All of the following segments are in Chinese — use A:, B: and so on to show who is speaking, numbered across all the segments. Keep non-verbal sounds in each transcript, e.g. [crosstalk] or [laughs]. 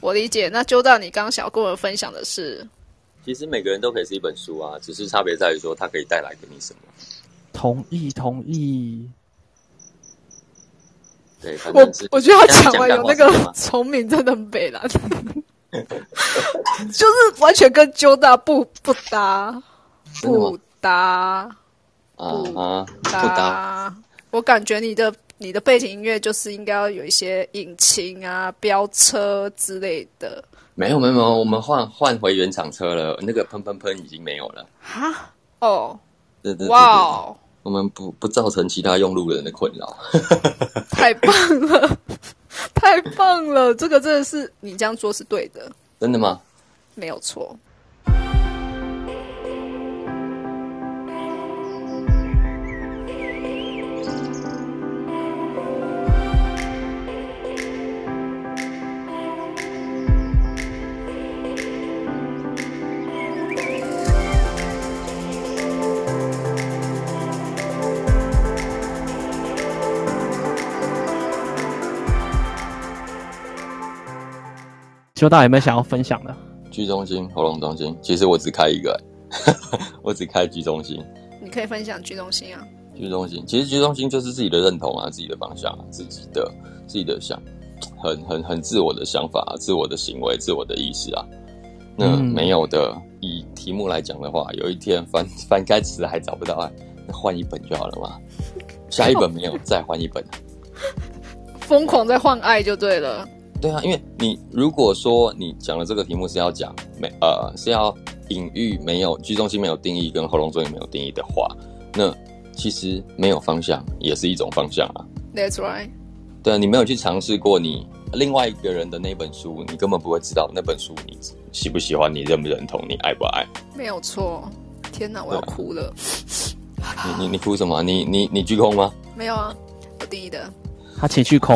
A: 我理解。那就到你刚想要跟我们分享的是，
B: 其实每个人都可以是一本书啊，只是差别在于说它可以带来给你什么。
C: 同意同意，
B: 对，反
A: 我
B: 正是
A: 我觉得他
B: 这样
A: 讲完
B: 干
A: 有
B: 话
A: 那
B: 是干
A: 个
B: 嘛
A: [laughs] 聪明，真的很北蓝，就是完全跟揪大不不搭，
B: 真的吗
A: 不搭
B: 啊
A: 不
B: 啊不搭，
A: 搭。我感觉你的你的背景音乐就是应该要有一些引擎啊、飙车之类的
B: 没有没有没有，我们换换回原厂车了，那个喷喷喷已经没有了。
A: 哈哦，
B: 对对对对
A: 哇哦，
B: 我们不不造成其他用路人的困扰。
A: 太棒了， [laughs] 太棒了！这个真的是你这样做是对的，
B: 真的吗？
A: 没有错。
C: 修道有没有想要分享的？
B: 居中心、喉咙中心，其实我只开一个、 [laughs] 欸，我只开居中心。
A: 你可以分享居中心啊，
B: 居中心其实居中心就是自己的认同啊，自己的方向啊，自己的自己的想，很很很自我的想法、啊、自我的行为、自我的意识啊。那
C: 嗯
B: 没有的，以题目来讲的话，有一天翻 [laughs] 翻开词还找不到爱，那换一本就好了嘛。下一本没有，再换一本。啊
A: 疯狂在换爱就对了。
B: 对啊，因为你如果说你讲的这个题目是要讲没呃是要隐喻没有居中心没有定义跟喉咙中心没有定义的话，那其实没有方向也是一种方向啊。
A: That's right。
B: 对啊，你没有去尝试过你另外一个人的那本书，你根本不会知道那本书你喜不喜欢，你认不认同，你爱不爱。
A: 没有错。天哪，我要哭了。
B: 你你你哭什么？你你你鞠躬吗？
A: 没有啊，我定义
C: [laughs]
A: 的
C: 他情绪空，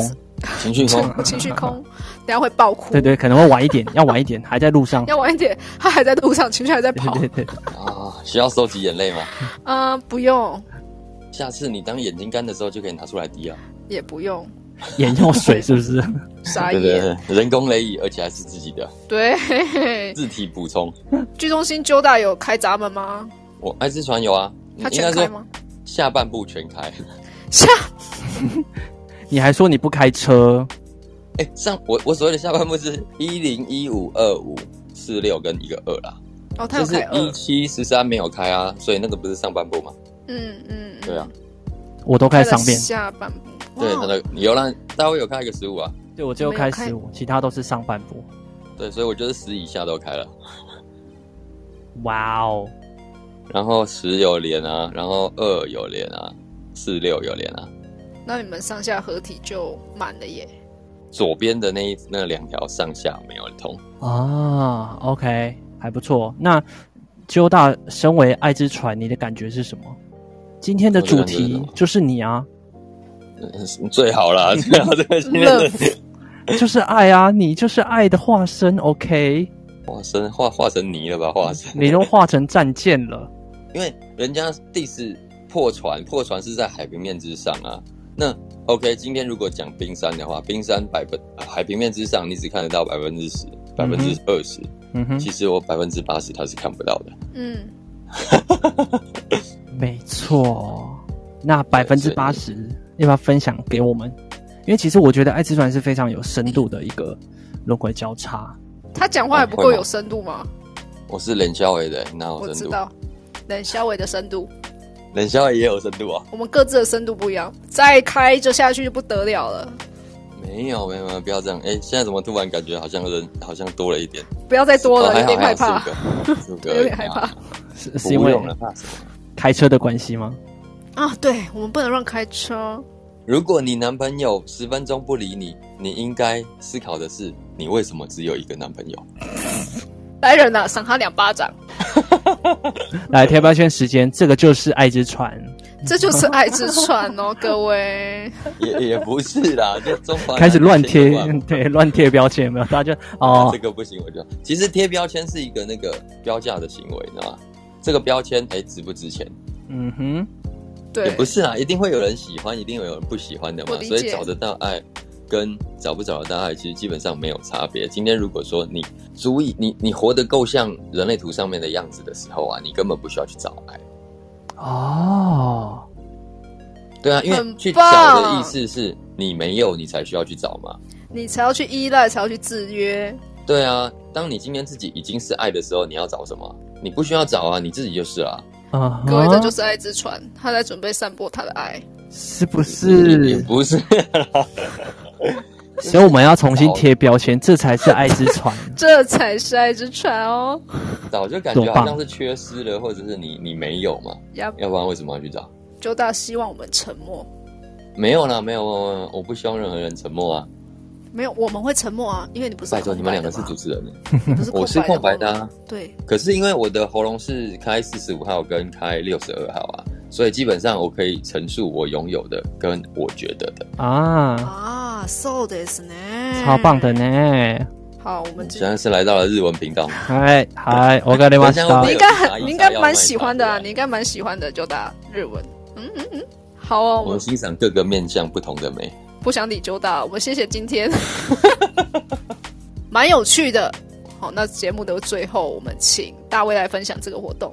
B: 情绪空。
A: 情绪空，等一下会爆哭。
C: 对对，可能会晚一点，要晚一点，还在路上。
A: 要晚一点，他还在路上，情绪还在跑
C: 对。对对，
B: 啊，需要收集眼泪吗？
A: 啊、不用，
B: 下次你当眼睛干的时候就可以拿出来滴啊。
A: 也不用，
C: 眼药水是不是？
A: 傻
B: 对
A: 眼。
B: 对对，人工泪液，而且还是自己的
A: 对， [laughs]
B: 字体补充。
A: 剧中心揪大有开闸门吗？
B: 我爱之船有啊，
A: 他
B: 应该
A: 全开
B: 说
A: 吗？
B: 下半部全开。
A: 下
C: 你还说你不开车，
B: 哎、上我我所谓的下半部是一零一五二五四六跟一个二啦，
A: 哦，他
B: 就
A: 有
B: 是
A: 开二，
B: 一七十三没有开啊，所以那个不是上半部吗？
A: 嗯嗯，
B: 对啊，
C: 我都开
A: 开
C: 上边，
A: 下半部，
B: 对，
A: 哇
B: 他的游览大会有开一个十五啊，
C: 对我只有
A: 没有
C: 开
A: 开
C: 十五，其他都是上半部。
B: 对，所以我就是十以下都开了，
C: 哇哦，
B: 然后十有连啊，然后二有连啊，四六有连啊，
A: 那你们上下合体就满了耶。
B: 左边的那一那两条上下没有通， [laughs]
C: 啊，OK，还不错。那鸠大身为爱之船，你的感觉是什么？今天的
B: 我的
C: 主
B: 感觉是什
C: 题
B: 么
C: 就是你啊，
B: 嗯最好啦，最好这个现在
A: Love，
C: 就是爱啊，你就是爱的化身。OK，
B: 化身化化成泥了吧，化身。
C: 你都化成战舰了。
B: 因为人家第四破船，破船是在海平面之上啊。那 OK，今天如果讲冰山的话，冰山百分、呃海平面之上，你只看得到百分之十、百分之二十，
C: 嗯哼，
B: 其实我百分之八十它是看不到的。
A: 嗯，
C: 没错。那百分之
B: 所以
C: 八十要不要分享给我们？因为其实我觉得爱之船是非常有深度的一个轮回交叉。
A: 他讲话还不
B: 哦
A: 够
B: 会吗
A: 有深度吗？
B: 我是冷笑伟的、哪有
A: 我知
B: 哦深度？
A: 道，冷小伟的深度，
B: 冷笑伟也有深度啊？
A: 我们各自的深度不一样，再开就下去就不得了了。
B: 没有，没有，没有，不要这样。哎，现在怎么突然感觉好像人好像多了一点？
A: 不要再多
B: 哦
A: 了，
B: 还
A: 有
B: 好
A: 点害
B: 还
A: 怕
B: 好，，四五个，四五个，啊
A: 有点害怕。
C: 是
B: 不
C: 是因为
B: 用了，怕什么？
C: 开车的关系吗？
A: 啊！对我们不能乱开车，
B: 如果你男朋友十分钟不理你，你应该思考的是，你为什么只有一个男朋友？
A: 来人呐、赏他两巴掌，
C: 来贴标签时间，这个就是爱之船。
A: 这就是爱之船哦，各位。
B: 也也不是啦， [laughs] 就中华男
C: 开始乱贴
B: 千万，不
C: [laughs] 对，乱贴标签有没有？大家就哦
B: [laughs] 这，个不行，我就其实贴标签是一个那个标价的行为，你知道吗？这个标签哎、值不值钱？
C: 嗯哼，
B: 也
A: 对
B: 不，是啊，一定会有人喜欢，一定有人不喜欢的嘛
A: 我，理解
B: 所以找得到爱，跟找不找得到爱其实基本上没有差别。今天如果说你足以你你活得够像人类图上面的样子的时候啊，你根本不需要去找爱。
C: 哦，
B: 对啊，因为
A: 很
B: 去找
A: 棒
B: 的意思是你没有，你才需要去找嘛。
A: 你才要去依赖，才要去制约。
B: 对啊，当你今天自己已经是爱的时候，你要找什么？你不需要找啊，你自己就是啦、
C: 啊，
A: 各位，这就是爱之船，他在准备散播他的爱。
C: 是不
B: 也
C: 是？ [laughs]
B: 不是，
C: 所以我们要重新贴标签，这才是爱之船。
A: 这才是爱之船哦！
B: 早就感
C: 怎
B: 觉
C: 么
B: 好
C: 办
B: 像是缺失了，或者是你你没有嘛，
A: 呀，
B: 要不然为什么要去找？
A: 九大希望我们沉默，
B: 没有啦，没有，我不希望任何人沉默啊！
A: 没有，我们会沉默啊，因为你不是
B: 拜托，
A: 空
B: 你
A: 白
B: 们两个
A: 的
B: 是
A: 嘛
B: 主持人，欸
A: 你不是
B: 我是空白的
A: 吗
B: 啊。
A: 对，
B: 可是因为我的喉咙是开四十五号跟开六十二号啊，所以基本上我可以陈述我拥有的跟我觉得的。
C: 啊，
A: 啊，so this 呢，
C: 超棒的。呢！
B: 哦
A: 好，我们今
B: 现在是来到了日文频道，
C: 嗨嗨，我跟你们
B: 等一下
A: 你
B: 我
C: 说
B: 们，
A: 应该
B: 有
A: 很，
B: 啥意思啊
A: 你应该蛮喜欢的
B: 要
A: 啊，
B: 不然你打出来
A: 你应该蛮喜欢的，就打日文。嗯嗯嗯，好哦，
B: 我
A: 我
B: 们欣赏各个面向不同的美。
A: 不想理就打，我们谢谢今 [laughs] 天，蛮有趣的。好，那节目的最后，我们请大卫来分享这个活动。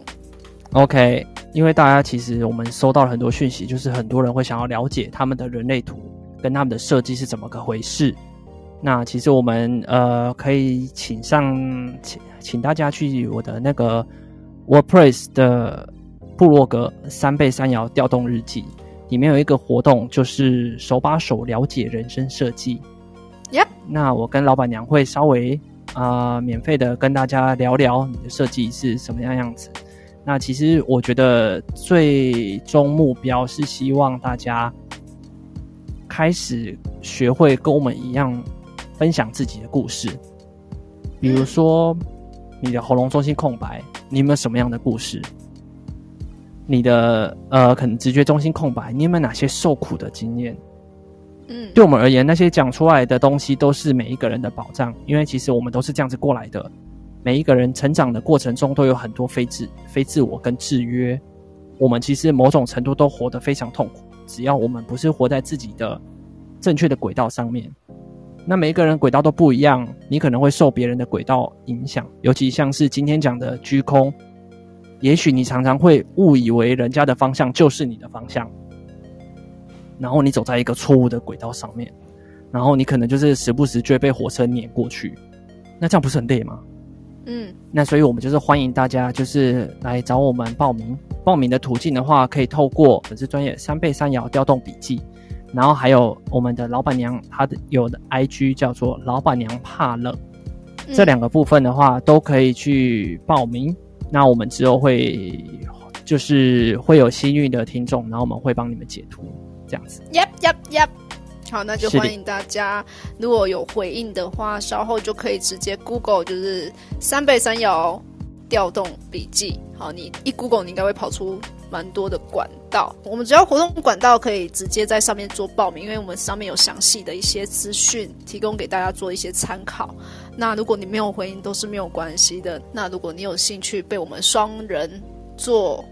C: OK，因为大家其实我们收到了很多讯息，就是很多人会想要了解他们的人类图跟他们的设计是怎么个回事。那其实我们呃可以请上请请大家去我的那个 WordPress 的部落格“三倍三爻调动日记”，里面有一个活动，就是手把手了解人生设计。
A: Yep
C: 那我跟老板娘会稍微啊、呃免费的跟大家聊聊你的设计是什么样样子。那其实我觉得最终目标是希望大家开始学会跟我们一样分享自己的故事，比如说你的喉咙中心空白，你有没有什么样的故事？你的呃，可能直觉中心空白，你有没有哪些受苦的经验？
A: 嗯，
C: 对我们而言，那些讲出来的东西都是每一个人的保障，因为其实我们都是这样子过来的。每一个人成长的过程中都有很多非自非自我跟制约，我们其实某种程度都活得非常痛苦。只要我们不是活在自己的正确的轨道上面，那每一个人轨道都不一样，你可能会受别人的轨道影响，尤其像是今天讲的居空，也许你常常会误以为人家的方向就是你的方向，然后你走在一个错误的轨道上面，然后你可能就是时不时就会被火车碾过去，那这样不是很累吗？
A: 嗯，
C: 那所以我们就是欢迎大家就是来找我们报名。报名的途径的话，可以透过粉丝专业三倍三爻调动笔记，然后还有我们的老板娘，她的有的 IG 叫做老板娘怕冷，
A: 嗯
C: 这两个部分的话都可以去报名。那我们之后会就是会有幸运的听众，然后我们会帮你们解图这样子。
A: Yep Yep Yep。好，那就是
C: 的
A: 欢迎大家，如果有回应的话，稍后就可以直接 Google，就是三倍三爻调动笔记。好，你一 Google，你应该会跑出蛮多的管道。我们只要活动管道可以直接在上面做报名，因为我们上面有详细的一些资讯提供给大家做一些参考。那如果你没有回应都是没有关系的。那如果你有兴趣被我们双人做，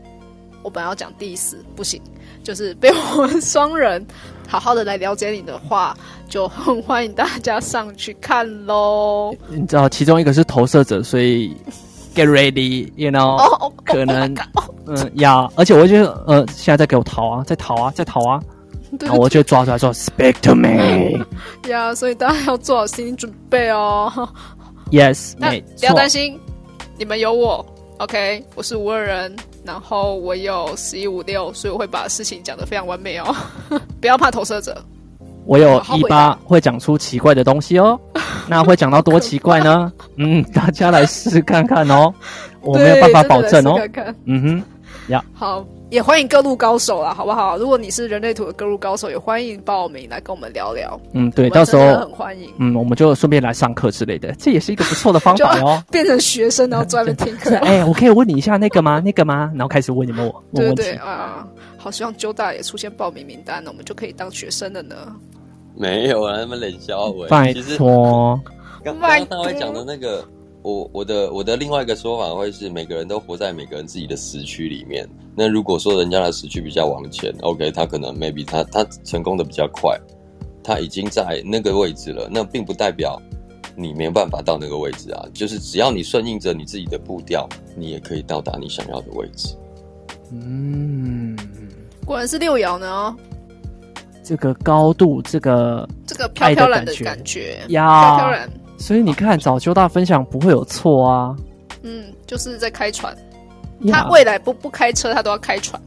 A: 我本来要讲 diss，不行。就是被我们双人好好的来了解你的话，就很欢迎大家上去看喽。
C: 你知道其中一个是投射者，
A: [laughs]
C: 所以 get ready，you know。
A: 哦 [laughs] 哦，
C: 可能，嗯呀，而且我就呃，现在在给我逃啊，在逃啊，在逃啊，
A: 对
C: 然后我就抓出来说，Speak
A: [laughs]
C: to me，Yes，
A: 呀，所以大家要做好心理准备哦。但
C: 没
A: 不要
C: 错，
A: 担心，你们有我，OK，我是五二人，然后我有十一五六，所以我会把事情讲得非常完美哦。不要怕投射者，
C: 我有
A: 好好
C: 一
A: 回
C: 八
A: 答
C: 会讲出奇怪的东西
A: [laughs]
C: 哦，那会讲到多奇怪呢？嗯，大家来试看看
A: [laughs]
C: 哦，我没有
A: 对
C: 办
A: 真
C: 法
A: 的
C: 保
A: 来
C: 证
A: 试
C: 哦，
A: 看看
C: 嗯哼，
A: 好，也欢迎各路高手啦，好不好？如果你是人类图的各路高手，也欢迎报名来跟我们聊聊。
C: 嗯，对，
A: 我们
C: 到时
A: 真的
C: 候
A: 很欢迎。
C: 嗯，我们就顺便来上课之类的，这也是一个不错的
A: [laughs]
C: 方法哦。
A: 变成学生，然后专门听课。
C: 哎，我可以问你一下那个吗？那个吗？然后开始问你们我问
A: 对
C: 问
A: 对
C: 题，
A: 啊，好希望九大也出现报名名单了，我们就可以当学生了呢。
B: 没有啊，他们冷笑我。
C: 拜
B: 其实
C: 托，
B: 刚
A: My
B: 刚大卫讲的那个，我我的我的另外一个说法会是，每个人都活在每个人自己的时区里面。那如果说人家的时区比较往前，OK，他可能 maybe 他他成功的比较快，它已经在那个位置了，那并不代表你没有办法到那个位置啊。就是只要你顺应着你自己的步调，你也可以到达你想要的位置。
C: 嗯，
A: 果然是六爻呢哦，
C: 这个高度，这个
A: 这个飘飘然的
C: 爱的
A: 感
C: 感
A: 觉，飘飘
C: 呀，
A: 然，
C: 所以你看早秋大分享不会有错啊。
A: 嗯，就是在开船。
C: 呀
A: 他未来不不开车，他都要开船，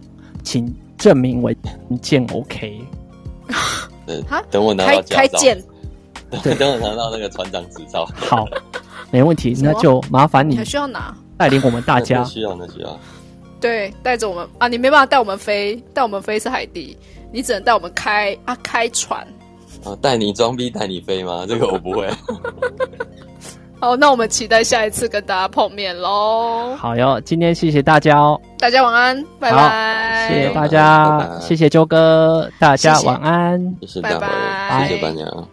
C: 请证明为件 OK。
B: 对
A: 哈，
B: 呃等我拿
A: 开
B: 到驾
A: 开
B: 照，
A: 舰，
C: 嗯
B: [laughs]
C: 对
B: 等我拿到那个船长执照，
C: 好， [laughs] 没问题，
A: 什么
C: 那就麻烦
A: 你
C: 你
A: 还需要拿。
C: 带领我们大
B: 那 [laughs] 那
C: 家。
B: 需要那需要。
A: 对，带着我们啊，你没办法带我们飞，带我们飞是海底，你只能带我们开啊开船。
B: 啊，带你装逼带你飞吗？这个我不会。
A: 好，那我们期待下一次跟大家碰面喽。
C: 好哟，今天谢谢大家哦，
A: 大家晚安，拜拜，
C: 谢谢大
B: 拜拜
C: 家，谢谢周哥，大家
A: 哎谢谢
C: 晚安。
B: 谢谢
A: 拜
B: 大
A: 拜
B: 会，谢谢班长。